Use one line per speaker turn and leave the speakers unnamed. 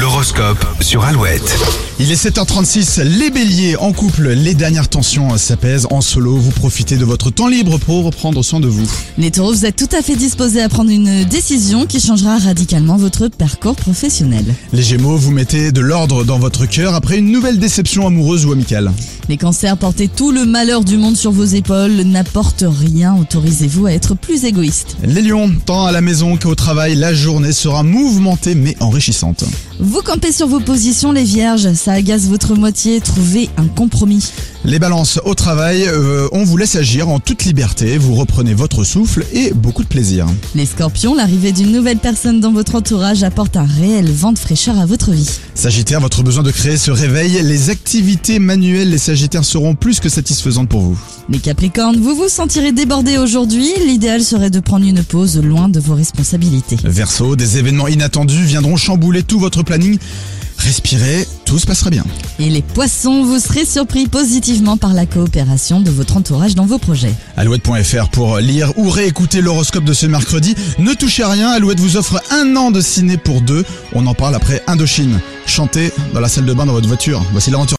L'horoscope sur Alouette.
Il est 7h36, les béliers en couple, les dernières tensions s'apaisent. En solo, vous profitez de votre temps libre pour prendre soin de vous.
Les taureaux, vous êtes tout à fait disposés à prendre une décision qui changera radicalement votre parcours professionnel.
Les gémeaux, vous mettez de l'ordre dans votre cœur après une nouvelle déception amoureuse ou amicale.
Les cancers, portez tout le malheur du monde sur vos épaules, n'apporte rien, autorisez-vous à être plus égoïste.
Les lions, tant à la maison qu'au travail, la journée sera mouvementée mais enrichissante.
Vous campez sur vos positions, les vierges, ça agace votre moitié, trouvez un compromis.
Les balances au travail, euh, on vous laisse agir en toute liberté, vous reprenez votre souffle et beaucoup de plaisir.
Les scorpions, l'arrivée d'une nouvelle personne dans votre entourage apporte un réel vent de fraîcheur à votre vie.
Sagittaire, votre besoin de créer se réveille, les activités manuelles des Sagittaires seront plus que satisfaisantes pour vous.
Les capricornes, vous vous sentirez débordé aujourd'hui, l'idéal serait de prendre une pause loin de vos responsabilités.
Verseau, des événements inattendus viendront chambouler tout votre planning. Respirez, tout se passera bien.
Et les poissons, vous serez surpris positivement par la coopération de votre entourage dans vos projets.
Alouette.fr pour lire ou réécouter l'horoscope de ce mercredi. Ne touchez à rien, Alouette vous offre un an de ciné pour deux. On en parle après Indochine. Chantez dans la salle de bain dans votre voiture. Voici l'aventure.